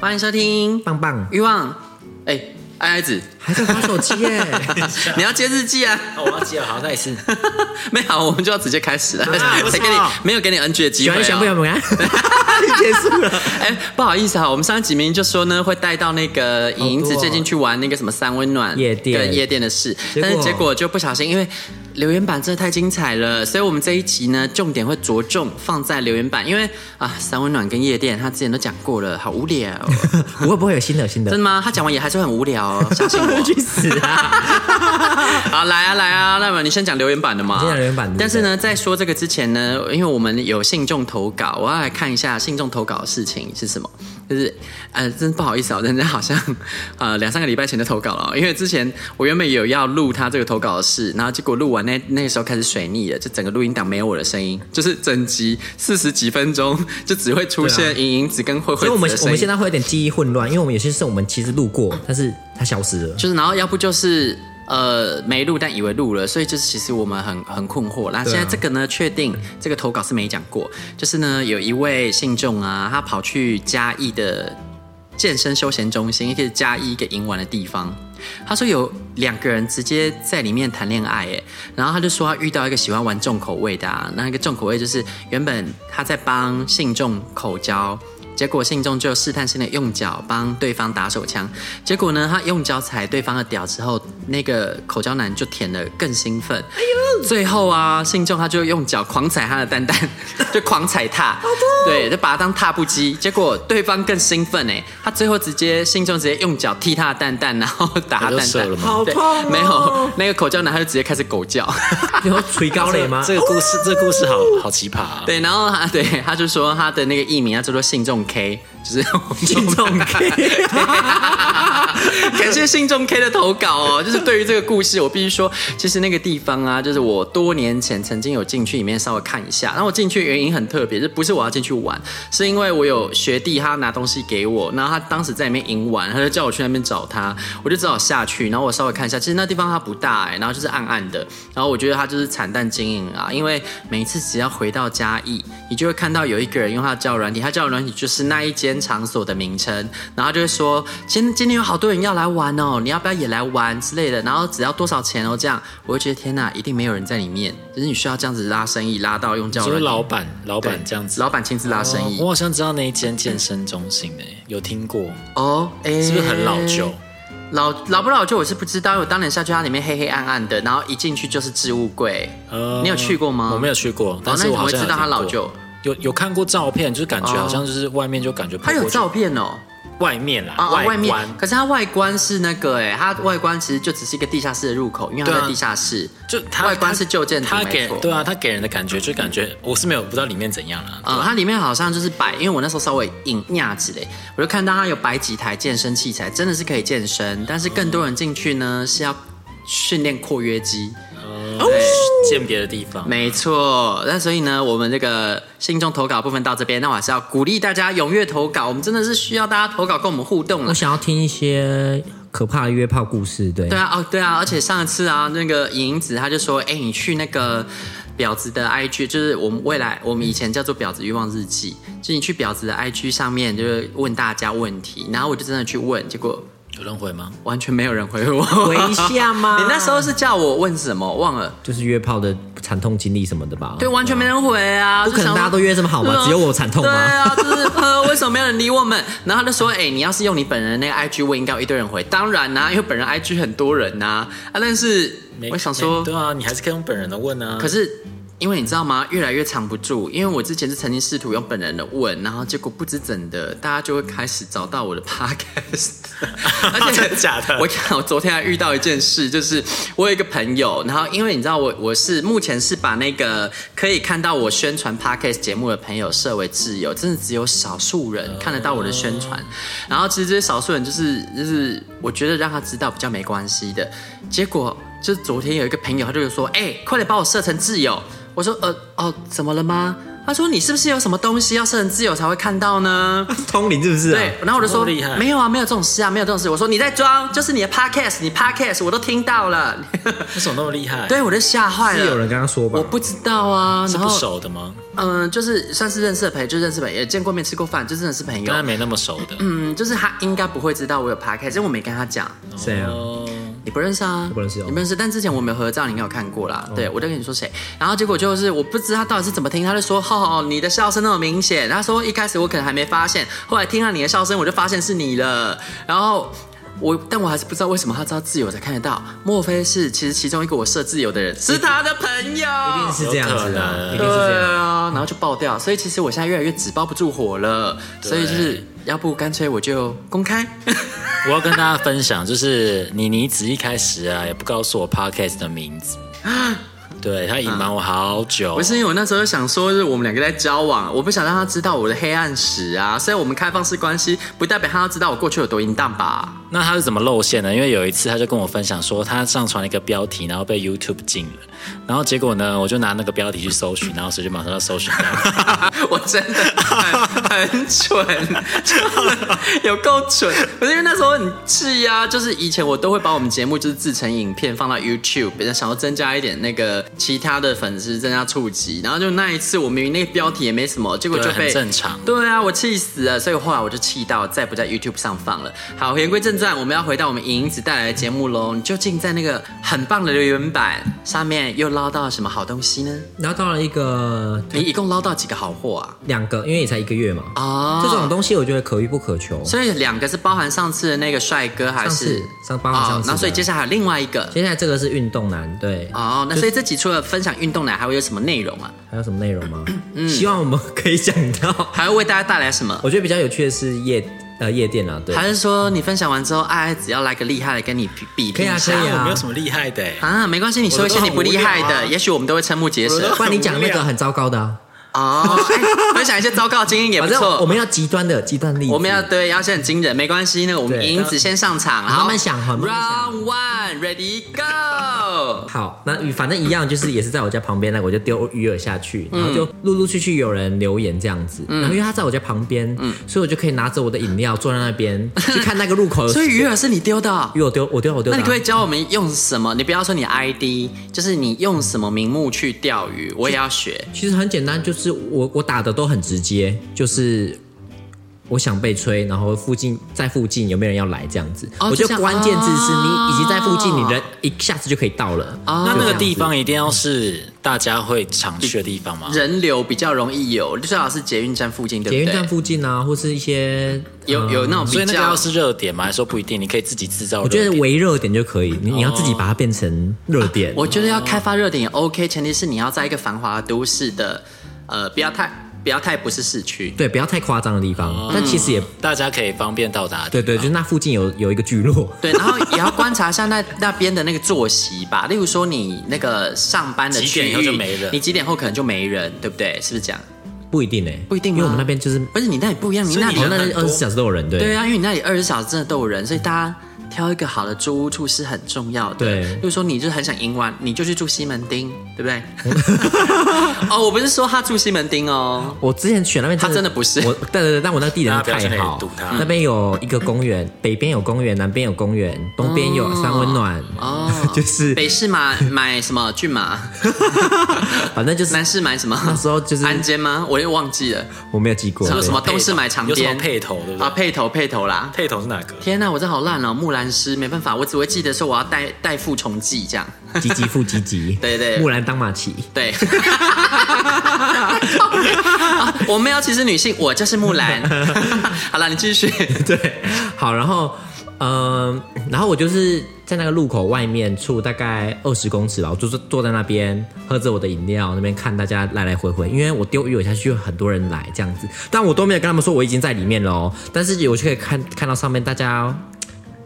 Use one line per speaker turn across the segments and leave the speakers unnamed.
欢迎收听
棒棒，
欲望。哎、爱爱 子，
还在玩手机耶！
你要接日记啊？
哦
我要记了，好，再一次。
没有，我们就要直接开始了，
啊为什么
才给你没有给你 NG 的机
喜
会、
欢想不想
啊。
不 想？结束了。
哎、不好意思啊，我们上一集明明就说呢，会带到那个
多哦
莹子最近去玩那个什么三温暖
夜店
跟夜店的事，
结果
但是结果就不小心，因为留言板真的太精彩了，所以我们这一集呢，重点会着重放在留言板，因为啊，三温暖跟夜店他之前都讲过了，好无 聊，
不会不会有新的有新的？
真的吗？他讲完也还是会很无聊、哦，相信我。
去死啊！
好，来啊，来啊，那么你先讲留言版的嘛。
你先讲留言版的
但是呢，在说这个之前呢，因为我们有信众投稿，我要来看一下信众投稿的事情是什么。就是，呃，真不好意思啊、人家好像， 呃，两三个礼拜前就投稿了哦、因为之前我原本有要录他这个投稿的事，然后结果录完那那个时候开始水逆了，就整个录音档没有我的声音，就是整集四十几分钟就只会出
对啊
现莹莹子跟慧慧
所以我们
子的声音。
我们现在会有点记忆混乱，因为我们有些事我们其实路过， 但是它消失了。
就是然后要不就是呃没录，但以为录了，所以就是其实我们很很困惑。然后现
对啊
在这个呢，确定这个投稿是没讲过，就是呢有一位信众啊，他跑去嘉义的健身休闲中心，一个嘉义一个银玩的地方。他说有两个人直接在里面谈恋爱，哎，然后他就说他遇到一个喜欢玩重口味的、啊，那个重口味就是原本他在帮信众口交，结果信众就试探性的用脚帮对方打手枪，结果呢，他用脚踩对方的屌之后，那个口交男就舔得更兴奋，哎呦，最后啊，信众他就用脚狂踩他的蛋 蛋，就狂踩踏，对，就把他当踏步机，结果对方更兴奋哎，他最后直接信众直接用脚踢他的蛋蛋，然后打他
他就
蛋
射
蛋
了，吗
好
对
痛哦
没有，那个口交男他就直接开始狗叫。
你会捶高
这
磊吗？
这个故事，这个故事好好奇葩、啊。
对，然后他对他就说他的那个艺名啊他叫做信众 K，就是我们
信众 K
对感谢信众 K 的投稿哦，就是对于这个故事，我必须说，其实那个地方啊，就是我多年前曾经有进去里面稍微看一下。然后我进去的原因很特别，就不是我要进去玩，是因为我有学弟他拿东西给我，然后他当时在里面赢完，他就叫我去那边找他，我就只好下去。然后我稍微看一下，其实那地方它不大哎、然后就是暗暗的，然后我觉得它就是惨淡经营啊，因为每一次只要回到嘉义，你就会看到有一个人用他的交友软体，他交友软体就是那一间场所的名称，然后他就会说今今天有好多人要来玩哦，你要不要也来玩之类的，然后只要多少钱哦这样，我会觉得天哪，一定没有人在里面，就是你需要这样子拉生意，拉到用交友
就是
软体
老板，老板这样子，
老板亲自拉生意
哦我好像知道那一间健身中心诶、有听过，
哦，哎、
是不是很老旧？
嗯
老老不老旧我是不知道，因为我当年下去它里面黑黑暗暗的，然后一进去就是置物柜。
呃
你有去过吗
我没有去过，但
哦那
是
你
我好
怎
像
么会知道它
有听过
老旧。
有有看过照片，就是感觉
哦
好像就是外面就感觉
它有照
片，
片哦，
外面啦，
啊，啊外面
观，
可是它外观是那个哎，它外观其实就只是一个地下室的入口，因为它
对啊
在地下室，
就它
外观是旧建筑
它
没
给
错
对啊，它给人的感觉就感觉我是没有不知道里面怎样啦。
啊、它里面好像就是摆，因为我那时候稍微硬压子嘞，我就看到它有摆几台健身器材，真的是可以健身，但是更多人进去呢是要训练括约肌。
哦，鉴别的地方，
没错，那所以呢，我们这个信众投稿部分到这边，那我还是要鼓励大家踊跃投稿，我们真的是需要大家投稿跟我们互动了
我。想要听一些可怕的约炮故事，对
对，啊，哦，对啊，而且上一次啊，那个莹子她就说，哎，你去那个婊子的 IG，就是我们未来我们以前叫做婊子欲望日记，就是你去婊子的 IG 上面就是问大家问题，然后我就真的去问，结果
有人回吗？
完全没有人回我。
回一下嘛。
你那时候是叫我问什么？忘了。
就是约炮的惨痛经历什么的吧？
对，完全没人回啊！
哦不可
就
能
想说
大家都约这么好吧
对啊
只有我惨痛吗
对啊， 就是呃，为什么没有人理我们？然后他就说：“哎、你要是用你本人那个 IG 问，应该有一堆人回。当然啊啦、因为本人 IG 很多人呐、啊。但是
没
我想说
没，对啊，你还是可以用本人的问啊。
可是因为你知道吗？越来越藏不住。因为我之前是曾经试图用本人的问，然后结果不知怎的，大家就会开始找到我的 podcast。而 且
真的假的
我看我昨天还遇到一件事，就是我有一个朋友，然后因为你知道我我是目前是把那个可以看到我宣传 podcast 节目的朋友设为挚友，真的只有少数人看得到我的宣传。然后其实这些少数人就是就是我觉得让他知道比较没关系的。结果就是昨天有一个朋友，他就说：“哎、快点把我设成挚友。”我说：“呃哦，怎么了吗？”他说：“你是不是有什么东西要设成挚友才会看到呢？”
通灵是不是、啊？
对，，然后我就说
这么厉害
没有啊，没有这种事啊，没有这种事。我说你在装，就是你的 podcast，你 podcast 我都听到 了。
为什么那么厉害？，
对，我就吓坏了。
是有人跟他说吧？
我不知道啊，
是
然
不
后
熟的吗？
嗯、就是算是认识的朋友，就认识朋友，也见过面，吃过饭，就真的是朋友
当。然没那么熟的。
嗯，就是他应该不会知道我有 podcast，因为我没跟他讲。
谁啊？
哦，
你不认识啊？
我不认识哦哦
你不认识。但之前我们有合照，你应该有看过啦。对，我就跟你说谁，然后结果就是我不知道他到底是怎么听，他就说：“哦，你的笑声那么明显。”他说一开始我可能还没发现，后来听到你的笑声，我就发现是你了。然后。我，但我还是不知道为什么他知道自由才看得到。莫非是其实其中一个我设自由的人是他的朋友？
一定是这样
有可
子
能
啊，一定是这
对
样。
啊，然后就爆掉。所以其实我现在越来越纸包不住火了，所以就是要不干脆我就公开。
我要跟大家分享，就是妮妮子一开始啊，也不告诉我 podcast 的 名字，对她隐瞒我好久。
啊不是因为我那时候想说，就是我们两个在交往，我不想让他知道我的黑暗史啊。虽然我们开放式关系，不代表他要知道我过去有多淫荡吧？
那他是怎么露馅的？因为有一次他就跟我分享说，他上传了一个标题，然后被 YouTube 禁了。然后结果呢，我就拿那个标题去搜寻，然后所以就马上就搜寻 到。
我真的很很蠢，就是有够蠢。不是因为那时候很气啊，就是以前我都会把我们节目就是制成影片放到 YouTube，想要增加一点那个其他的粉丝，增加触及。然后就那一次，我明明那个标题也没什么，结果就
对
被
很正常
对啊，我气死了，所以后来我就气到再不在 YouTube 上放了。好，言归正传，我们要回到我们影子带来的节目喽。你究竟在那个很棒的留言板上面又捞到了什么好东西呢？
然后到了一个
你一共捞到几个好货啊？
两个，因为也才一个月嘛，
哦，
这种东西我觉得可遇不可求。
所以两个是包含上次的那个帅哥还是啊哦
上次上包含上次的
那所以接下来还有另外一个
接下来这个是运动男，对，
哦，那所以这集除了分享运动奶，还会有什么内容啊？
还有什么内 容吗？
嗯
希望我们可以讲到。
还会为大家带来什么？
我觉得比较有趣的是夜呃夜店啊，对，
还是说你分享完之后，爱爱只要来个厉害的跟你比比
可以
拼
啊
一下？
可以
哎我
啊
没有什么厉害的、欸，
啊，没关系，你说一些你不厉害
我都很无
的，
聊啊
也许我们都会瞠目结舌
不然你讲那个很糟糕的、啊，
哦。哎分享一些糟糕的经验也不
反正
错。
我们要极端的极端例子。
我们要对要是很惊人，没关系。那个我们
对
银子先上场，好
慢慢想好慢慢想
Round one, ready go。
好，那反正一样，就是也是在我家旁边，那我就丢鱼饵下去，
嗯
然后就陆陆续续有人留言这样子。然后因为他在我家旁边，
嗯
所以我就可以拿着我的饮料坐在那 边去看那个入口有。
所以鱼饵是你丢的哦。
因为我丢我丢我丢
那
的啊，
你可不可以教我们用什么？你不要说你 ID，就是你用什么名目去钓鱼，我也要学。
其实很简单，就是我我打的都很直接，就是我想被吹，然后附近在附近有没有人要来这样子。
哦
我觉
就这
得
样
关键字是
哦
你已经在附近，你人一下子就可以到了。
哦
那
就这
那个
样子
地方一定要是大家会常去的地方吗？
人流比较容易有，最好是捷运站附近，对不对？
啊捷运站附嗯近啊，或是一些
有有那种
所
比
以那个要
较。
是热点吗？还是说不一定？你可以自己制造热
我觉
点。
得微热点就可以，你你要自己把它变成热点。
哦啊我觉得要开发热点也 OK，前提是你要在一个繁华都市的，呃，不要太不要太不是市区。
对，不要太夸张的地
哦
方，但其实也
大家可以方便到达的地
对
方。
对，就是那附近有有一个聚落，
对，然后也要观察一下那那边的那个作息吧，例如说你那个上班的
几
区
点以后
域，
就没人
你几点后可能就没人，对不对？是不是这样？
不一定呢，
不一定吗
因为我们那边就是
不是你那里不一样，你那里
我
所以
们
你人
那
很
边
多
二十四小时都有人，对
对啊，因为你那里二十小时真的都有人，所以大家挑一个好的租屋处是很重要的。
对
例如说你就是很想赢完，你就去住西门町，对不 对？哦，我不是说他住西门町哦，
我之前选那边
他真的不是
我对对对，但我那个地点
大家不要去
太
那里
好
堵他，
那边有一个公园，北边有公园，南边有公园，东边有三温暖，
哦
就是
北市买买什么骏马，
反正就是
南市买什么？
那时候就是
安监吗？我又忘记了
我没有记过，
什么
对
什么东市买长
有什
边
么配头对不对？
啊，配头配头啦。
配头是哪个？
天呐，我这好烂哦，木兰诗没办法，我只会记得说我要代代父从记这样。
吉吉复吉吉，
对对
木兰当马骑，
对，啊我们要歧视女性，我就是木兰。好了，你继续。
对，好，然后，嗯，然后我就是在那个路口外面处大概二十公尺吧，我就是坐在那边喝着我的饮料，那边看大家来来回回，因为我丢鱼饵下去，有很多人来这样子，但我都没有跟他们说我已经在里面了哦，但是我就可以看看到上面大家。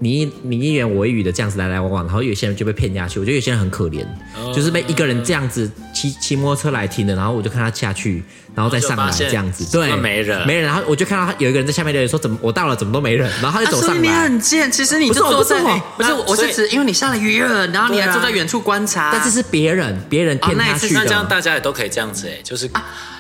你一你一言我一语的这样子来来往往，然后有些人就被骗下去。我觉得有些人很可怜，
哦
就是被一个人这样子骑骑摩托车来停的，然后我就看他下去，然后再上来
就发现
这样子。对，
没人
没人。然后我就看到他有一个人在下面留言说：“怎么我到了，怎么都啊没人？”然后他就走
啊所以
上
你
来。
很贱，其实你就
不
坐
是
在
我不是我
哎不是
那
我，我
所
是
以
指因为你上了鱼饵，然后你还
对啊
坐在远处观察。
但是是别人，别人骗
哦那
他
一次
去啊
那这样
的。
大家也都可以这样子哎，就是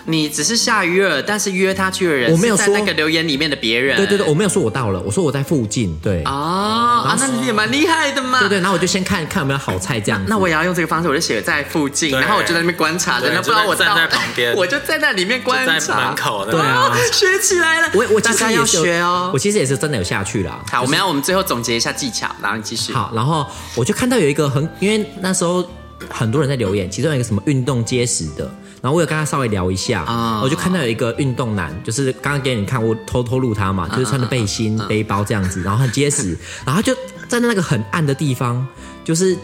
你只是下鱼饵，但是约他去的人，
我没有
在
说
那个留言里面的别人。
对对对，我没有说我到了，我说我在附近。对，
哦啊，那你也蛮厉害的嘛。
对对。然后我就先看看有没有好菜这样子。
那我也要用这个方式，我就写在附近，
嗯对
然后我就在那边观察着，
对
那不知道我
就在
到
站在旁 边
我就在那里面观
在
察，
门口的
对啊，
学起来了。
我我其
大
实
家
也
要
是有
学哦
我。其实也是真的有下去啦。
好，我们要我们最后总结一下技巧，然后你继续。，
好，然后我就看到有一个很，因为那时候很多人在留言，其中有一个什么运动结实的，然后我有跟他稍微聊一下，
啊
我就看到有一个运动男，就是刚刚给你看我偷偷录他嘛，就是穿着背心、背包这样子，然后很结实，啊 然后他就站在那个很暗的地方，就是。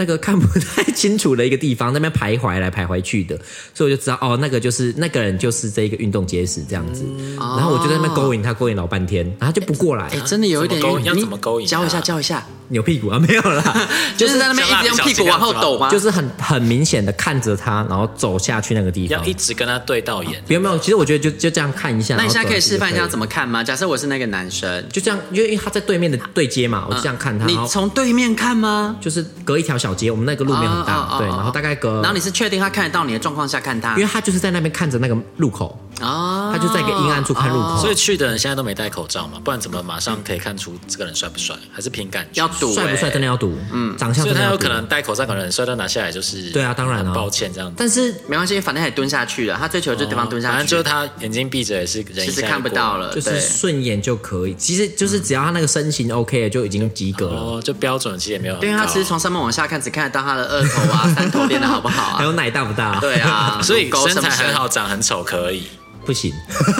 那个看不太清楚的一个地方，那边徘徊来徘徊去的，所以我就知道哦，那个就是那个人就是这一个运动结石这样子，嗯哦然后我就在那边勾引他，勾引老半天，然后他就不过来，啊
哎，真的有一点
怎么勾
你
要怎么勾引啊
教一下，教一下，
扭屁股啊，没有 啦，
就是在那边一
像
直
蜡笔
用
小
屁
新
股往后
这样子吗
抖吗？
就是很很明显的看着他，然后走下去那个地
要
方
一。直跟他对到眼，
没有没有，其实我觉得就就这样看一下。
那你现
啊
在可以示范一下
么？
怎么看吗？假设我是那个男生，
就这样，因为他在对面的对接嘛，我就这样看他，
啊你
然后
从对面看吗？
就是隔一条小街，我们那个路面很
哦哦
大，
哦
对，
哦
然后大概隔，
然后你啊是确定他看得到你的状况下看他
呃因为他就是在那边看着那个路口，
哦，
他就在一个阴暗处看路口，
所以去的人现在都没戴口罩嘛，不然怎么马上可以看出这个人帅不帅？还是凭感觉
要？赌
帅不帅真
的
的要赌，嗯，长相
所
真
以
的
他
要
有
赌
可。能戴口罩，可能很帅，但拿下来就是
对啊当然啊
很抱歉这样子。
但是
没关系，反正也蹲下去了，他追求
啊
就是对方蹲下去，
哦反正就是他眼睛闭着也是人，
其实看不到。了，
就是
对
顺眼就可以，其实就是只要他那个身形 OK 了就已经及格了。
哦，就标准其实也没有很高，
啊
因为他其实从上面往下看，只看得到他的二头 啊、三头练的好不好
还有
啊？
奶大不大？
对 啊，
所以
狗
身
什么
材很
神
好，长很丑可以。
不行。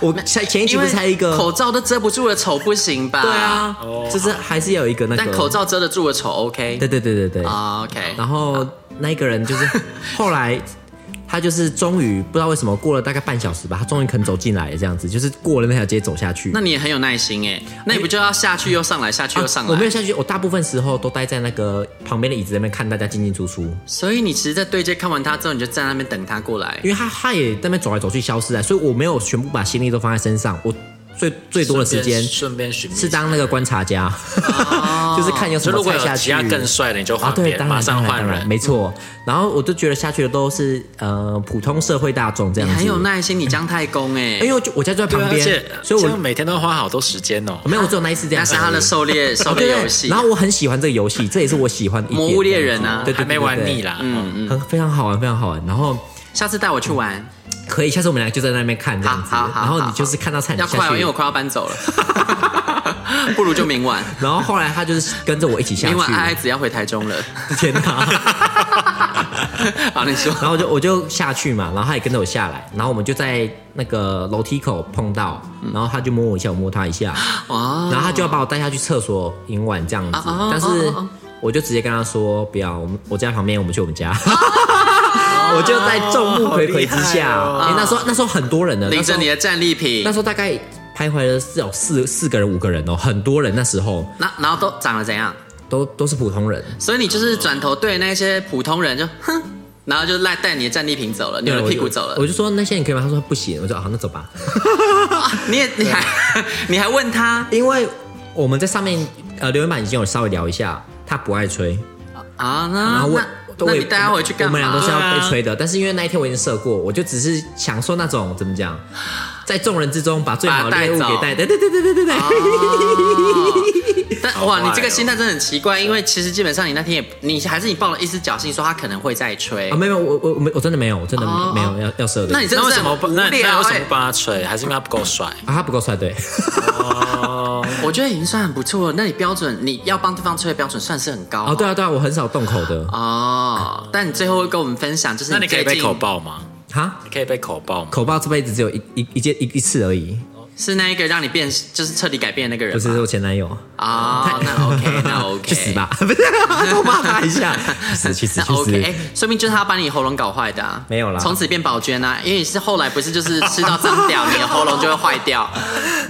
我前前一集不是才一个
因为口罩都遮不住的丑不行吧？
对，啊，就是还是有一个那个，
但口，罩遮得住的丑 OK。
对对对对对。
啊，OK。
然后那一个人就是后来。他就是终于不知道为什么过了大概半小时吧，他终于肯走进来了，这样子就是过了那条街走下去。啊
那你也很有耐心哎，那你不就要下去又上来，下去又上
我没有
来？
下去，我大部分时候都待在那个旁边的椅子那边看大家进进出出，因
所以你其实，在对接看完他之后，你就站在那边等他过来。
为他他也在那边走来走去消失啊了，所以我没有全部把心力都放在身上，我最最多的时间
顺便顺便寻觅
是当那个观察家， 就是看有什
就
么
如果
菜
有
下
其
去
他。更帅的，你就
啊，
换别
对，
人，
当
马
然
上
当然
换
当然，
人。
没错。然后我就觉得下去的都是呃普通社会大众这
你
样子，
很有耐心，你将太公哎
因，为我就我家就在
对
旁
啊，而
边
且，
所以
这样
我
每天都花好多时间哦。
没有我只有那一次这样
那
子
是
而已。
他的狩猎狩
对
猎游戏。
然后我很喜欢这个游戏，这也是我喜欢的一点
魔物猎人啊
对对对对
还没玩腻，啦。
对
嗯，
对很非常好玩，非常好玩。然后
下次带我去 玩，
可以，下次我们俩就在那边看这样子，
好好好
然后
好
你就是看到菜你
要快
下
哦，因为
去
我。快要搬走 了，不如就明晚。
然后后来他就是跟着我一起 下
明晚爱爱
去，
啊哎子要回台中 了。
天哪！
好，你说。
然后我就我就下去嘛，然后他也跟着我下来，然后我们就在那个楼梯口碰到，然后他就摸我一下，我摸他一下，
哇
然后他
哦
就要把我带下去厕所饮晚这样子，
啊
但
啊
是
啊啊
我就直接跟他说不要，我们我家旁边，我们去我们家。
哦
我就在众目睽睽之下，
好厉哦
因为那时候那时候很多人呢，
领
那时
着
候
你的战利品
那，时候大概徘徊了至少四四个人五个人哦，很多人那时候
那然后都长得怎样？
都都是普通人，
所以你就是转头对那些普通人就哼，然后就赖带你的战利品走了，扭了
我
屁
就
股走了
我。就说那些你可以吗？他说不行，我说好那走吧，
你也你还你还问他，
因为我们在上面呃留言板已经有稍微聊一下，他不爱吹，
啊，
然
那
后我
那
都
那
我
你带他回去干
我
嘛？
们俩都是要
对
被
啊
吹的，但是因为那一天我已经射过，我就只是享受那种怎么讲，在众人之中把最好的
把它带
猎物给
走哦
带，对对对对对对对。
但
好
哇，
坏
你这个
哦
心态真的很奇怪，因为其实基本上你那天也，你还是你抱了一丝侥幸，说他可能会再吹
啊，。没有，我我我没我真的没有，我真的
哦
没有要要射的。
那你真
那
的
为
是
什么不
很无
那那
聊
为什
哎
么不？帮他吹？还是因为他不够帅？
啊，他不够帅，对，
哦，
我觉得已经算很不错了。那你标准，你要帮对方吹的标准算是很高
哦，对
啊。
啊，对啊，我很少动口的。
哦，但你最后会跟我们分享，就是
那你可以
最
被
近
口爆吗？
哈，
你可以被口爆吗？
口爆这辈子只有一一一件一一次而已，
是那一个让你变，就是彻底改变的那个人
不
吗。
是是我前男友。
啊， 那 OK，那 OK，哎
去死吧！ 不是，多骂他 一下，去 死去死
那
去
OK，哎、
死！
说明就是他把你喉咙搞坏的、啊，
没有啦
从此变宝娟啊，因为你是后来不是就是吃到脏掉，你的喉咙就会坏 掉，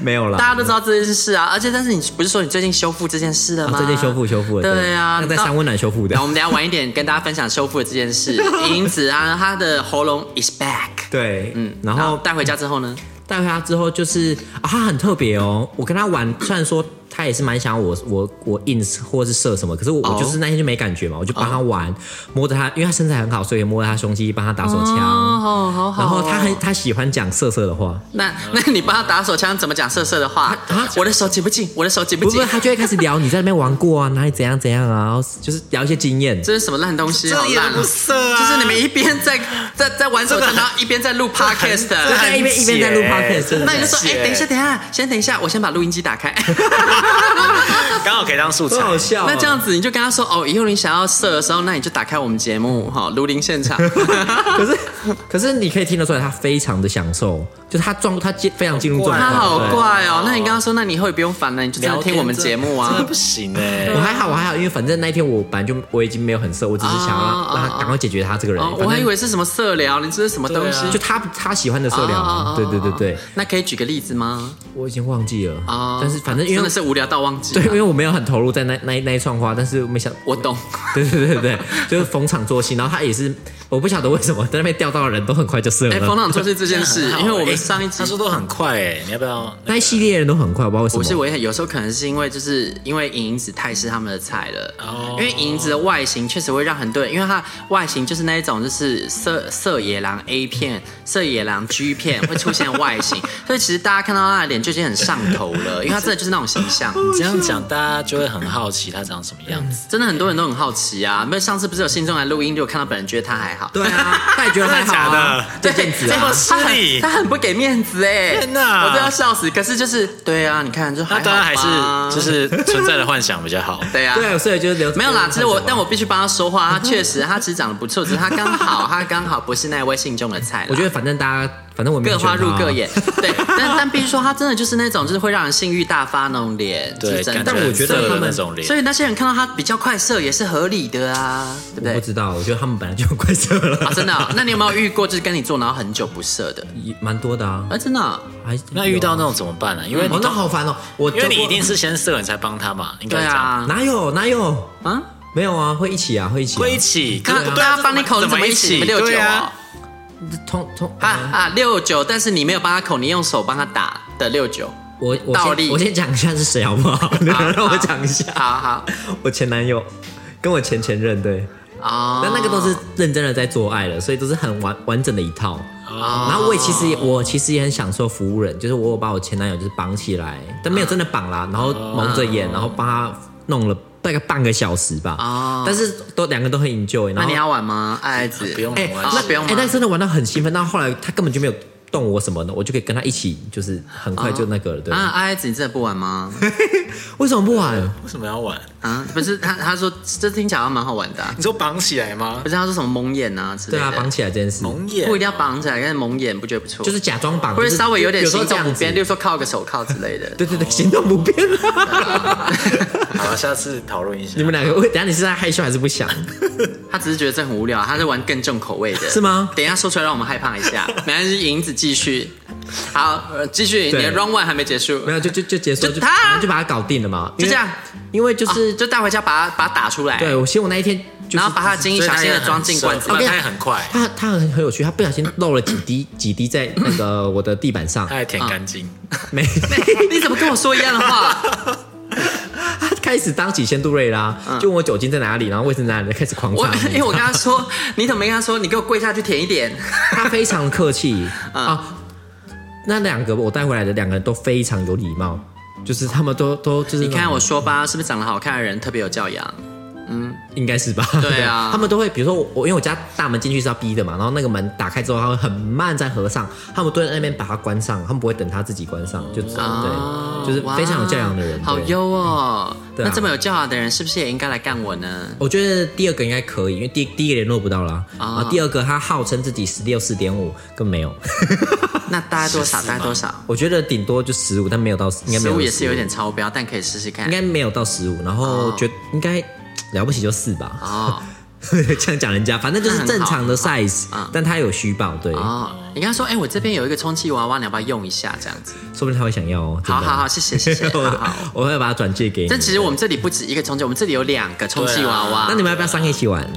没有啦，
大家都知道这件事啊，而且但是你不是说你最近修复这件事了
啊
吗？
最近修复修复了，
对啊
那个在三温暖修复的
然后，我们等一下晚一点跟大家分享修复的这件事。银子啊，他的喉咙 is back，
对，嗯，然
然后
后
带回家之后呢，
带回家之后就是啊，他很特别哦。我跟他玩，虽然说他也是蛮想我我我 ins 或是射什么，可是我、
哦
我就是那天就没感觉嘛，我就帮他玩，摸着他，因为他身材很好，所以摸着他胸肌，帮他打手
好
枪。
哦好
然后他嗯很他喜欢讲色色的话，
那那你帮他打手枪怎么讲色色的话？我的手紧不紧？我的手紧不
啊不是
紧
不是，？他就会开始聊你在那边玩过啊，哪里怎样怎样啊，然后就是聊一些经验。
这是什么烂东西？好烂啊！
色
就是你们一边在在在玩手机，然后一边在录 podcast，哎
就在一边一边在录
很
podcast，真的
那你就说，哎、
很
欸
等一下，等一下，先等一下，我先把录音机打开。
刚好可以当素材
很。好笑哦、
那这样子，你就跟他说，哦，以后你想要射的时候，那你就打开我们节目，哈、卢林 现场。
可是，可是你可以听得出来，他非常的享受，就是他状，他进非常进入状态。
他好
对
怪哦，那你跟他说，那你以后也不用烦了，你就真的听我们节目
真的
啊
不。行哎、
我还好，我还好，因为反正那一天我本来就我已经没有很色，我只是想要
哦哦
让让
哦
他赶快解决他这个人。
哦，
欸反
我
正啊
还以为是什么色聊，你这是什么东西？
就他他喜欢的色聊
哦
啊，对对对对，，
那可以举个例子吗？
我已经忘记了
哦
但是反正因
真
为
的是无聊到忘记
对，因
了。
为我没有很投入在那那那一串花，但是 没想
我懂。
对对对对，就是逢场作戏，然后他也是我不晓得为什么在那边钓到的人都很快就射
哎，
了
冯，朗做是这件 事，因为我们上一集
欸他说都很快哎、你要不要？
那一系列人都很快，我不知道为什
不是，
么。
我也有时候可能是因为就是因为银子太是他们的菜了，
哦
因为银子的外形确实会让很多人，因为它外形就是那一种就是色色野狼 A 片、色野狼 G 片会出现的外形，所以其实大家看到他的脸就已经很上头了，因为他真的就是那种形 象。
你这样讲，大家就会很好奇他长什么样子。
真的很多人都很好奇啊，没有上次不是有信众来录音，就有看到本人觉得他还好，
对啊，他也觉得 还好啊，
对，
这阵子啊
他，很
失礼
他很不给面子哎，
天哪
我都要笑死。可是就是对啊，你看就还
那
好
当然还
吧
是就是存在的幻想比较好。
对啊，
对，所以就是留
没有啦，其实我但我必须帮他说话，他确实他其实长得不错，只是他刚好 他刚好不是那位信众的菜啦。
我觉得反正大家反正我没有
各花
选
入
他啊
各眼，对，但但必须说他真的就是那种就是会让人性欲大发那种脸，
对
是，真的。
感
但我觉得
很色
他
的
们
那种脸
所，以那些人看到他比较快射也是合理的啊，对不
我不
对？
知道，我觉得他们本来就很快射了，
啊，真的哦、那你有没有遇过就是跟你做然后很久不射的？
也蛮多的啊。
啊，真的哦、
还
呃那遇到那种怎么办呢、啊因为你
哦，那好烦哦，我
因为你一定是先射，你才帮 他嘛，应该
对
是这样。
啊，
哪有哪有
啊，
没有啊，会一起啊，会一起啊，
会一起，
看
对啊
大家帮你口，你怎么一起？你们六
对
九哦
啊，
通通
啊
啊，
啊六九，但是你没有帮他口，你用手帮他打的六九。
我我
倒立
先我先讲一下是谁好不 好？你
啊
好
让我讲一下，
好好
我前男友跟我前前任对，
哦，
但那个都是认真的在做爱了，所以都是很完完整的一套。
哦
哦
然后我也其实也我其实也很享受服务人，就是我有把我前男友就是绑起来，但没有真的绑
啊
啦，然后蒙着
哦
眼，然后帮他弄了大概半个小时吧。
哦
但是都两个都很 enjoy。
那
然后
你要玩吗，爱子？
不用
哎、
玩
哦
那
不用
哎、
吗
那真的玩到很兴奋，到后来他根本就没有动我什么的，我就可以跟他一起，就是很快就那个了。对，
啊，爱子，你真的不玩 吗？
为什么不玩？
为什么要玩？
啊，不是，他他说这听起来好像蛮好玩的啊、
你说绑起来吗
不？是他说什么蒙眼啊之类
对
的，
啊，绑起来这件事，
蒙眼
不一定要绑起来，但是蒙眼不觉得不错，
就是假装绑，
或者
就是
稍微有点
有时候
行
这
动不
样
便，例哦
子。
如说靠个手铐之类的。
对对对，行动不便 啊
好，下次讨论一下。
你们两个，等一下你是在害羞还是不想？
他只是觉得这很无聊，他在玩更重口味的，
是吗
等一下说出来让我们害怕一 下，没关系，银子继续，好，呃继续，你
对
的 round one 还没结束
没，有，就就就结束，
就
就
他
反正就把他搞定了嘛。因为
就这样，
因为就是、
啊就带回家把它把它打出来，
对我，其实我那一天就是
然后把他的精液小心的装进罐子
所以
里
啊他也很
面。
他也很快，
他他很很有趣，他不小心漏了几滴几滴在那个我的地板
哎
上
啊
他，也舔干净。
没
你怎么跟我说一样的话？
他开始当起仙杜瑞拉，就问我酒精在哪里，然后卫生在哪里，就开始狂
嗯我
插
因为我跟他说，你怎么没跟他说？你给我跪下去舔一点。
他非常客 气
嗯
啊。那两个我带回来的两个人都非常有礼貌，就是他们都都就是
你
那
看
种
我说吧，是不是长得好看的人特别有教养？
应该是吧？
对啊
他们都会，比如说我，我因为我家大门进去是要逼的嘛，然后那个门打开之后，他会很慢再合上，他们都在那边把它关上，他们不会等他自己关上就走，
哦
对，就是非常有教养的人
哇，好
对
优哦。
对啊
那这么有教养的人，是不是也应该来干我呢？
我觉得第二个应该可以，因为第第一个联络不到啦，
啊
啊，第二个他号称自己十六四点五，更没有，
那大概多少？
14
大概多少？
我觉得顶多就十五，但没有到，应该没
食
有到
物也是有
15
点超标，但可以试试看
应。该没有到十五，然后觉应该了不起就四吧，
哦
这样讲人家，反正就是正常的 size，
好嗯
但他有虚报，对，
哦，你跟他说，哎、我这边有一个充气娃娃，你要不要用一下？这样子。
说不定他会想要哦。真
好
的
好好，谢谢 谢谢。好好。
我会把它转借给你。
但其实我们这里不止一个充气，我们这里有两个充气娃娃。
那你们要不要三个一起玩？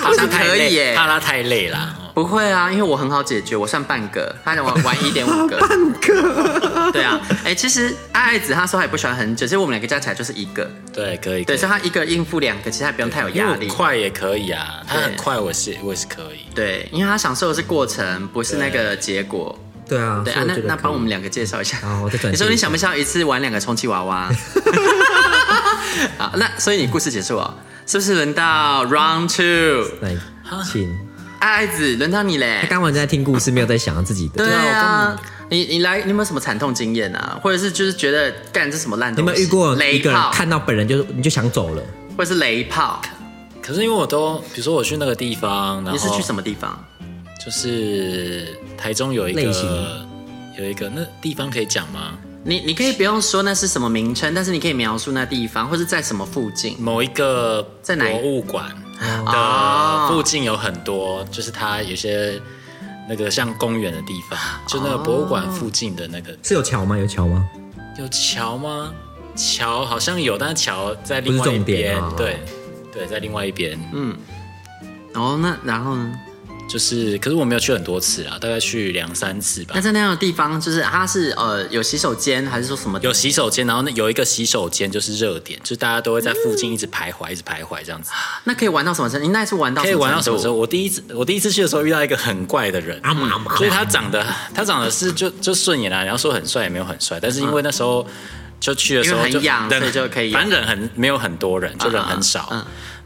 好像可以耶？
怕他太累啦。
不会啊，因为我很好解决，我算半个，他让我玩一点五个。半个。 对啊，哎、其实爱爱子他说他也不喜欢很久，其实我们两个加起来就是一个。
对，可以。
对，
可以
所以他一个应付两个，其实他不用太有
因为
压
我
力。
快也可以啊，他很
对
快，我是我也是可以。
对，因为他享受的是过程，不是那个结果。
对啊，
对
所
啊，
以
那
觉得
那
可以
帮我们两个介绍一下。
好我再转
你
介
说
一
你
下
想不想一次玩两个充气娃 娃？好，那所以你故事结束了，是不是轮到 round two？
来，请。
爱子，轮到你嘞
他。刚完在听故事，没有在想自己的。
对
我刚
啊，你你来，你有没有什么惨痛经验啊？或者是就是觉得干这什么烂
你有
东西？
没有遇过一
雷
个人
炮，
看到本人就你就想走了？
或者是雷炮？
可是因为我都，比如说我去那个地方，然
你是
后
去什么地方？
就是台中有一
类型
个有一个那地方可以讲吗？
你你可以不用说那是什么名称，但是你可以描述那地方，或是在什么附近。
某一个
在哪里
博物馆
哦
的附近有很多，就是它有些那个像公园的地方，
哦
就那个博物馆附近的那个
是有桥吗？有桥吗？
嗯
有桥吗？桥好像有，但是桥在另
不
外
是
一
重点
边，
哦
对对，在另外一边。
嗯哦，那然后呢？
就是，可是我没有去很多次啊，大概去两三次吧
那。在那样的地方，就是它是呃有洗手间，还是说什么？
有洗手间，然后那有一个洗手间就是热点，就是大家都会在附近一直徘徊，一直徘徊这样子。
那可以玩到什么程度？你那一次玩嗯到
可以玩到什么时
候？
候？我第一次我第一次去的时候遇到一个很怪的人，
阿姆阿姆，
所以他长得他长得是就就顺眼啊，然后说很帅也没有很帅，但是因为那时候就去的时候
因为
就
很痒嗯
人
所以就可以
反正人很没有很多人，就人很少。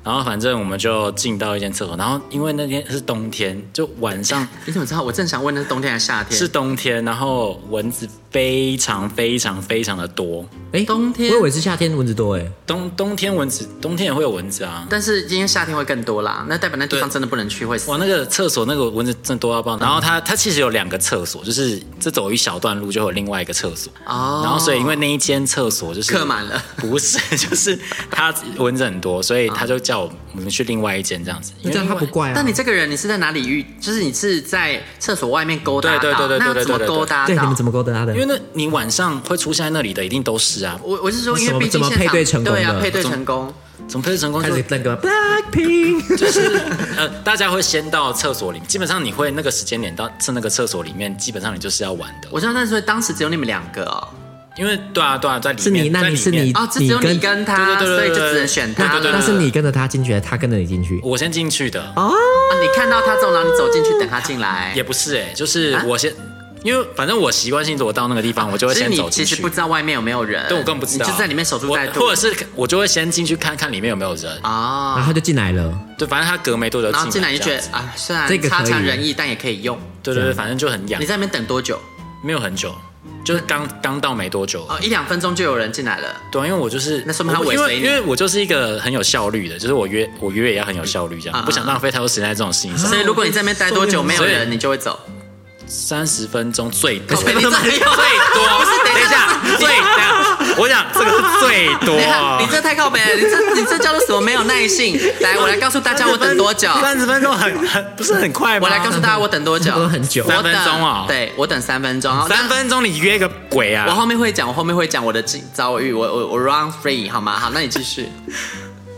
然后反正我们就进到一间厕所，然后因为那天是冬天，就 晚上
你怎么知道？我正想问那是冬天还是夏天？
是冬天，然后蚊子非常非常非常的多。
哎，
冬天
我以为是夏天蚊子多哎。
冬冬天蚊子，冬天也会有蚊子啊。
但是今天夏天会更多啦，那代表那地方真的不能去，会死
哇，。那个厕所那个蚊子真的多到
嗯
爆。然后它它其实有两个厕所，就是这走一小段路就有另外一个厕所。
哦
然后所以因为那一间厕所就是
客满了，
不是 就是它蚊子很多，所以他就叫我们去另外一间这样子。因
那
为
这样他不怪啊。
但你这个人，你是在哪里遇？就是你是在厕所外面勾搭到，
对对对对
那要
对对
怎么
对对
勾搭
对你
到
们？怎么勾搭他的？
因为那你晚上会出现在那里的一定都是啊，
我我是说，因
怎
为
么
毕竟
怎么
现场
配对成功
对啊，
的
配对
怎么
成功，
怎么配置成功
开
就
始那个 Blackpink，
就是呃，大家会先到厕所里，基本上你会那个时间点到是那个厕所里面，基本上你就是要玩的，
我知道，但是当时只有你们两个哦，
因为对啊对啊，在里面
是你那
在
你
里
是
面
你
哦，这只有你
跟
跟他，
对对对
所以
对对
就只能
对
选
对
他
对对
了。
那是你跟着他进去，他跟着你进去。
我先进去的，
啊你看到他这种，然后你走进去等他进来
也，不是哎、就是我先，因为反正我习惯性我到那个地方，我就会
啊所以
先
你
走
其
进
实
去
不。知道外面有没有人，
对，我更不知道，
你就在里面守株待
我
兔，
或者是我就会先进去看看里面有没有人。
啊
然后，他就进来了，
对，反正他隔没多久
然后进来
就
就觉得
这样子
啊，虽然
这个可以
差强人意，但也可以用。
对对对，反正就很痒
你，在那边等多久？
没有很久，就是刚刚到没多久。
哦，一两分钟就有人进来了。
对，啊因为我就是
那说明他尾
因为
随你
因为我就是一个很有效率的，就是我约我约也要很有效率，这
啊
样不想浪费太多时间在这种事情上
所。以如果你在那边待多久没有
哦所
人，
以
你就会走。
三十分钟最多，
靠北
最
哦你
多，
这
最多。
不 是等一
等一
下
下，最等一下，我想这个是最多
等一。下，你这太靠北了，你这你这叫做什么没有耐 性？来，我来告诉大家我等多久。
三十分钟很很不是很快
我
吗？
来告诉大家我等多久。
都很久
我。等
三分钟哦
对，我等三分钟。好
三。分钟你约个鬼
那我
啊！
后面会讲，我后面会讲我的经遭遇，我我我 run free 好吗？好，那你继续。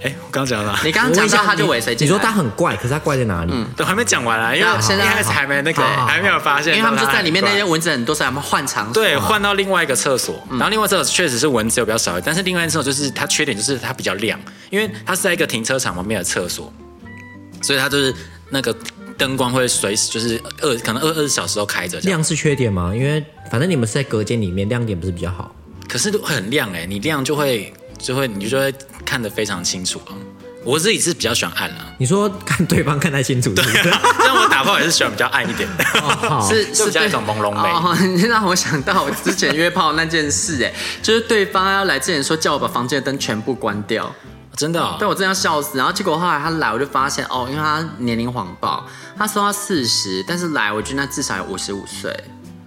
哎、哎，我刚讲了，
你刚刚讲到他就尾随进
你
来，
说他很怪，可是他怪在哪里？
我还没讲完啊，因为
那现在
一开始还没那个，
好好好
还没有发现，
因为他们就在里面
到
那
他
些蚊子很多，所以他们换场所。
对，换到另外一个厕所，然后另外厕所确实是蚊子有比较少一点，但是另外一个厕所就是它缺点就是它比较亮，因为它是在一个停车场旁边的厕所，所以它就是那个灯光会随时就是二可能二二十小时都开着这样，
亮是缺点吗？因为反正你们是在隔间里面，亮点不是比较好？
可是会很亮哎、你亮就会就会你就会看得非常清楚啊。我自己是比较喜欢暗啊，
你说看对方看太清楚是不是？
但我打炮也是喜欢比较暗一点的。
好
是
哦就是比较
对
一种朦胧美
哦， 你让我想到我之前约炮那件事，哎，就是对方要来之前说叫我把房间的灯全部关掉，
真的、哦，
对我真的要笑死。然后结果后来他来，我就发现哦，因为他年龄谎报，他说他四十，但是来我觉得那至少有五十五岁，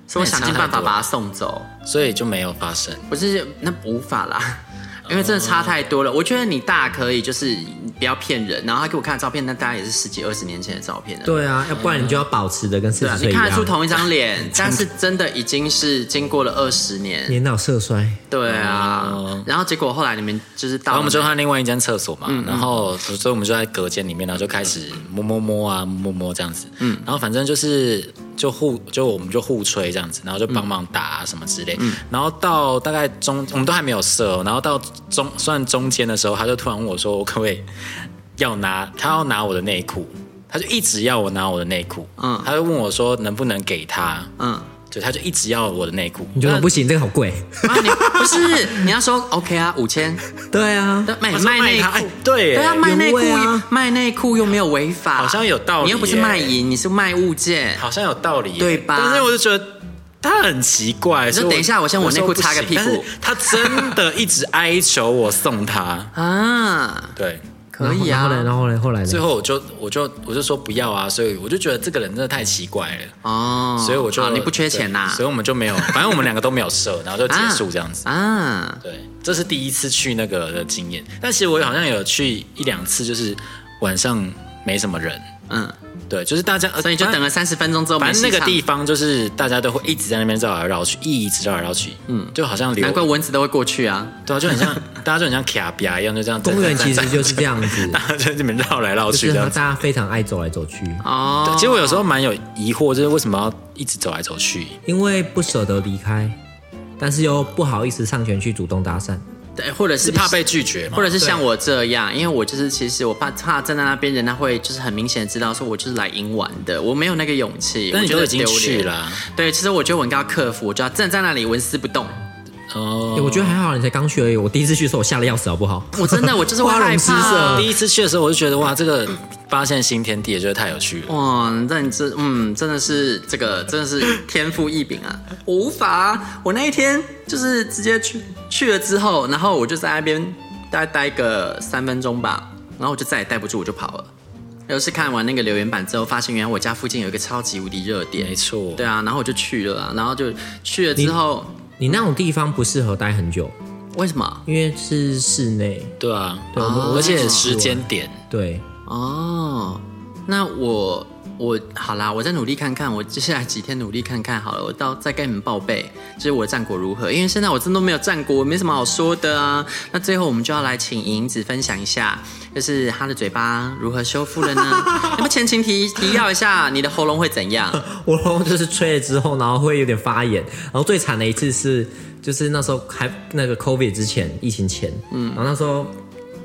所以我想尽办法把他送走。
所以就没有发生。
不是那无法啦，
哦
因为真的差太多了。我觉得你大可以就是不要骗人，然后他给我看的照片，那大概也是十几二十年前的照片了。
对啊，要不然你就要保持的跟四
对
十
啊，
岁
你
一
看得出
样。
同一张 脸，但是真的已经是经过了二十年。
年老色衰，
对啊
哦，
然后结果后来你们就是到
然
了
后我们就换另外一间厕所嘛，然后所以我们就在隔间里面，然后就开始摸摸摸啊，摸摸摸这样子。嗯，然后反正就是就互就我们就互吹这样子，然后就帮忙打、啊什么之类。然后到大概中，我们都还没有射哦、然后到中算中间的时候，他就突然问我说：“我可不可以要拿？他要拿我的内裤？”他就一直要我拿我的内裤。
嗯
嗯，他就问我说：“能不能给他？”
嗯，
就他就一直要我的内裤。
你觉得不行，这个好贵。
啊你不是你要说 OK 啊，五千
对啊，
卖
他说
卖内
他哎
裤。
对耶
对啊，卖内裤
原味啊
卖内裤又没有违法，
好像有道理
你又不是
耶
卖淫，你是卖物件。
好像有道理耶，
对吧
但是我就觉得。他很奇怪，
说
所以
等一下我先我内裤擦个屁股。，
说不行但是他真的一直哀求我送他
啊，
对。
可以啊。
然后呢？后来，然后呢？
最后我就我就我就说不要啊，所以我就觉得这个人真的太奇怪了，
哦，
所以我就、
好你不缺钱呐
对、所以我们就 没有，反正我们两个都没有射，然后就结束这样子。
啊，
对，这是第一次去那个的经验，但其实我好像有去一两次，就是晚上没什么人，
嗯，
对，就是大家，呃
所以就等了三十分钟之后，
反正那个地
方，
方就是大家都会一直在那边绕来绕去，一直绕来绕去，嗯，就好像流
难怪蚊子都会过去啊。
对啊，就很像大家就很像卡比啊亚一样，就这样。
公园其实就是这样子，
大家在这边绕来绕
就
去
是
这
大
样子。
家非常爱走来走去，
哦，
其实我有时候蛮有疑惑，就是为什么要一直走来走去？
因为不舍得离开，但是又不好意思上前去主动搭
哦
讪。
对，或者是
是怕被拒绝吗
或？者是像我这样，因为我就是其实我怕怕站在那边，人家会就是很明显的知道说我就是来赢玩的，我没有那个勇气。
但你
我觉
都
得
已经
丢脸
去了。啊，
对，其实我觉得我应该要克服，我就要站在那里纹丝不动。
哦
欸。我觉得还好，你才刚去而已。我第一次去的时候，我吓得要死，好不好？
我真的我就是 会
花容
害
失色
怕。
啊
啊
第一次去的时候，我就觉得哇，这个发现新天地，也觉得太有趣了。
哇，那你这嗯，真的是这个真的是天赋异禀啊！我无法啊，我那一天就是直接去去了之后，然后我就在那边待待个三分钟吧，然后我就再也待不住，我就跑了。又是看完那个留言板之后，发现原来我家附近有一个超级无敌热点
没，错，
对啊，然后我就去了啊，然后就去了之后，
你那种地方不适合待很久，
为什么？啊
因为是室内。
对啊，
对我们
而且时间点，
对，
哦，那我我好啦，我再努力看看，我接下来几天努力看看好了，我到再跟你们报备，就是我的战果如何，因为现在我真的没有战果，没什么好说的啊。那最后我们就要来请银子分享一下，就是她的嘴巴如何修复了呢？那 么前情提提要一下，你的喉咙会怎样？
我然后就是吹了之后，然后会有点发炎。然后最惨的一次是，就是那时候还那个 COVID 之前，疫情前，嗯，然后那时候。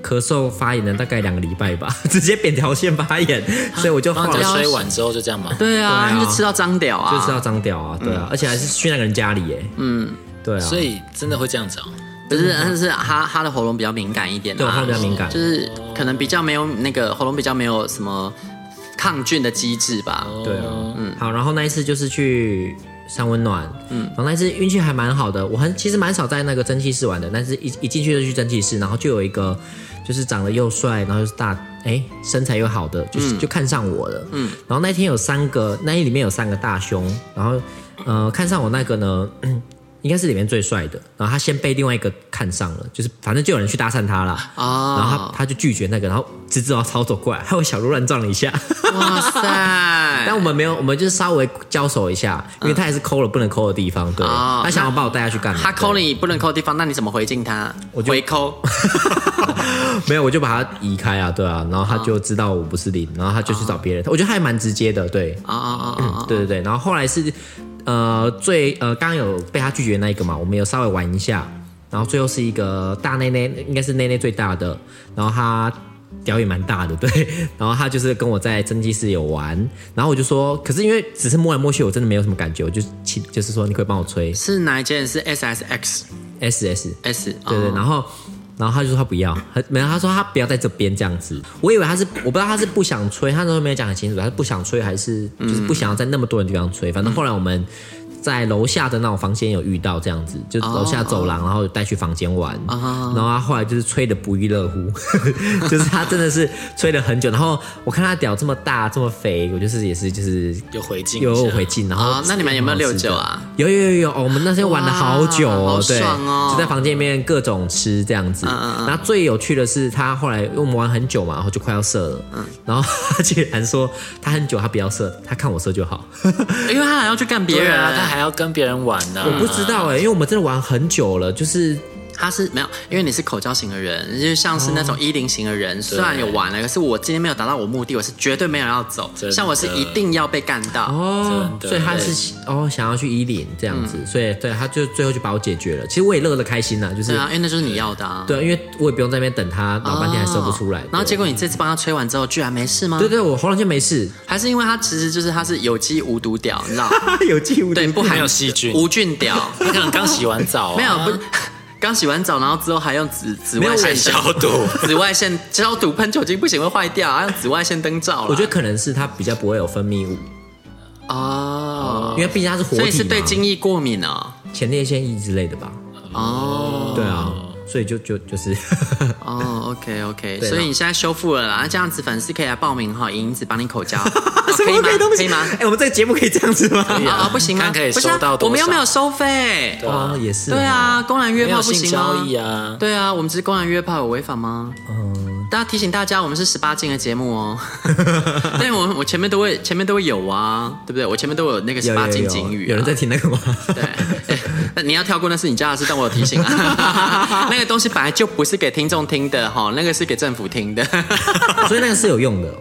咳嗽发炎了大概两个礼拜吧， 直接扁桃腺发炎，所以我就
啊然
化
后
了
你吹完之后就这样嘛。
对啊，
哦啊对啊
你就吃到脏屌啊，
就知道脏屌啊，对啊，而且还是去那个人家里耶，嗯，对啊，
嗯所以真的会这样子啊？
不是，但是他他的喉咙比较敏感一点、啊，
对我喉咙比较敏感
就是可能比较没有那个喉咙比较没有什么抗菌的机制吧。
对啊，嗯，好，然后那一次就是去三温暖，嗯，然后那一次运气还蛮好的，我很其实蛮少在那个蒸汽室玩的，但是一一进去就去蒸汽室，然后就有一个就是长得又帅，然后又是大哎身材又好的，就是、就看上我了，嗯，然后那天有三个，那里面有三个大胸，然后呃看上我那个呢。 应该是里面最帅的，然后他先被另外一个看上了，就是反正就有人去搭讪他了，
哦
然后他他就拒绝那个，然后直直往操走过来，害我小鹿乱撞了一下。
哇 塞！
但我们没有，我们就是稍微交手一下，因为他也是抠了不能抠的地方，对，
哦
他想要把我带下去干嘛？
他抠
对，
你不能抠的地方，那你怎么回敬他？
我就
回抠。
没有，我就把他移开啊，对啊，然后他就知道我不是零，
哦
然后他就去找别人，我觉得他还蛮直接的，对，
啊啊啊啊啊！
对对对，然后后来是呃最呃刚刚有被他拒绝那一个嘛，我们有稍微玩一下，然后最后是一个大内内，应该是内内最大的，然后他屌也蛮大的， 对，然后他就是跟我在蒸汽室有玩，然后我就说，可是因为只是摸来摸去，我真的没有什么感觉，我就请就是说你可以帮我吹
是哪一件？是 S S X
S S，哦
S？
对对，然后然后他就说他不要，他没有，他说他不要在这边这样子。我以为他是，我不知道他是不想吹，他那时候没有讲很清楚，他是不想吹还是就是不想要在那么多人地方吹。反正后来我们在楼下的那种房间有遇到这样子，就楼下走廊，然后带去房间玩。然后他后来就是吹的不亦乐乎， 就是他真的是吹了很久。然后我看他屌这么大这么肥，我就是也是就是
有回敬一下
有回敬。然后
啊，那你们有没有六九啊？
有有有有，哦我们那时候玩了好久
哇
哦，
好
对，
爽哦
就在房间里面各种吃这样子。然后最有趣的是，他后来因为我们玩很久嘛，然后就快要射了，然后他竟然说他很久他不要射，他看我射就好。
因为他还要去干别
别
人
人啊，他还要跟别人玩呢、
嗯
我不知道哎、因为我们真的玩很久了，就是
他是没有，因为你是口交型的人，就像是那种一零型的人，
嗯
虽然有玩了，可是我今天没有达到我目的，我是绝对没有要走
真，的
像我是一定要被干到。
哦，
真的
所以他是哦想要去伊林这样子，所以对他就最后就把我解决了。其实我也乐得开心呐，就是
对啊，因为那就是你要的啊。哦
对，因为我也不用在那边等他老半天还射不出来。
然后
对
结果你这次帮他吹完之后，居然没事吗？
对对，我喉咙就没事，
还是因为他其实就是他是有机无毒屌，你知道？
有记录
对，不含
没有细菌
无菌屌，
他可能刚洗完澡、啊，
没有不。 刚洗完澡，然后之后还用紫紫
没有
外线
我
消毒，
紫外线消毒喷酒精不行会坏掉，还用紫外线灯罩啦
我觉得可能是它比较不会有分泌物，
哦
因，为毕竟它是活体
所以是
嘛
对精液过敏哦。
前列腺液之类的吧？
哦，
对啊，所以就就 就是，
哦，OK OK，
对
所以
那
你现在修复了啦，啊那这样子粉丝可以来报名哈，莹子帮你口交， 哦
什么鬼东
可
西
以吗？
哎，我们这个节目可以这样子吗？
可以吗？啊，不行吗？
看可以
不是啊
收到多少
我们又没有收费，
哦，也是，
对，啊，公然约
没
炮
有
不
性
行
交
吗？
易啊，
对啊，我们只是公然约炮，有违法吗？嗯，大家提醒大家，我们是十八禁的节目哦。 但我我前面都会前面都会有啊，对不对？我前面都有那个十
有
八
有
禁
有
警语啊、
有人在听那个吗？
对， 哎那你要跳过那是你家的事，但我有提醒啊。 那个东西本来就不是给听众听的哈，那个是给政府听的。
所以那个是有用的哦，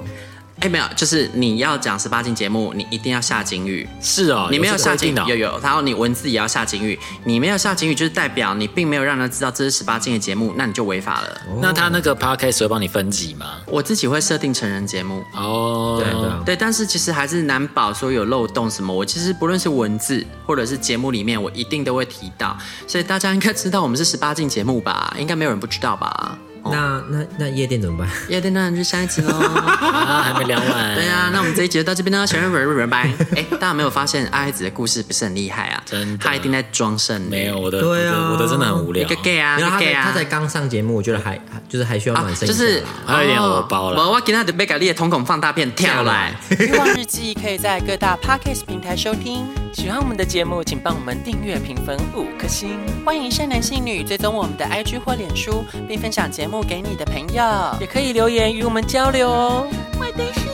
哎，没有，就是你要讲十八禁节目，你一定要下警语。
是哦，
你没有
这个
下
规
警
定的
语
哦，
有有，然后你文字也要下警语。你没有下警语，就是代表你并没有让人知道这是十八禁的节目，那你就违法了。
那他那个 podcast 会帮你分级吗？
我自己会设定成人节目，
哦，
对啊，
对，但是其实还是难保说有漏洞什么。我其实不论是文字或者是节目里面，我一定都会提到，所以大家应该知道我们是十八禁节目吧？应该没有人不知道吧？
那那那夜店怎么办？
夜店那就下一集喽。
啊，还没聊完，
对啊，那我们这一集就到这边啦，小人人人拜。哎，大家有没有发现阿爱子的故事不是很厉害啊？
真的
他一定在装圣女。
没有，我的，
对啊
我的我的真的很无
一
聊
个，gay 啊，一
没有
个
他
gay
才
啊，
他才刚上节目，我觉得还还就是还需要暖身
就
一下啊
是
啦
还有一点我包了
我我今天就被改你的瞳孔放大片跳来。
欲望日记可以在各大 podcast 平台收听。喜欢我们的节目，请帮我们订阅、评分五颗星。欢迎善男信女追踪我们的 IG 或脸书，并分享节目给你的朋友，也可以留言与我们交流哦。
我的手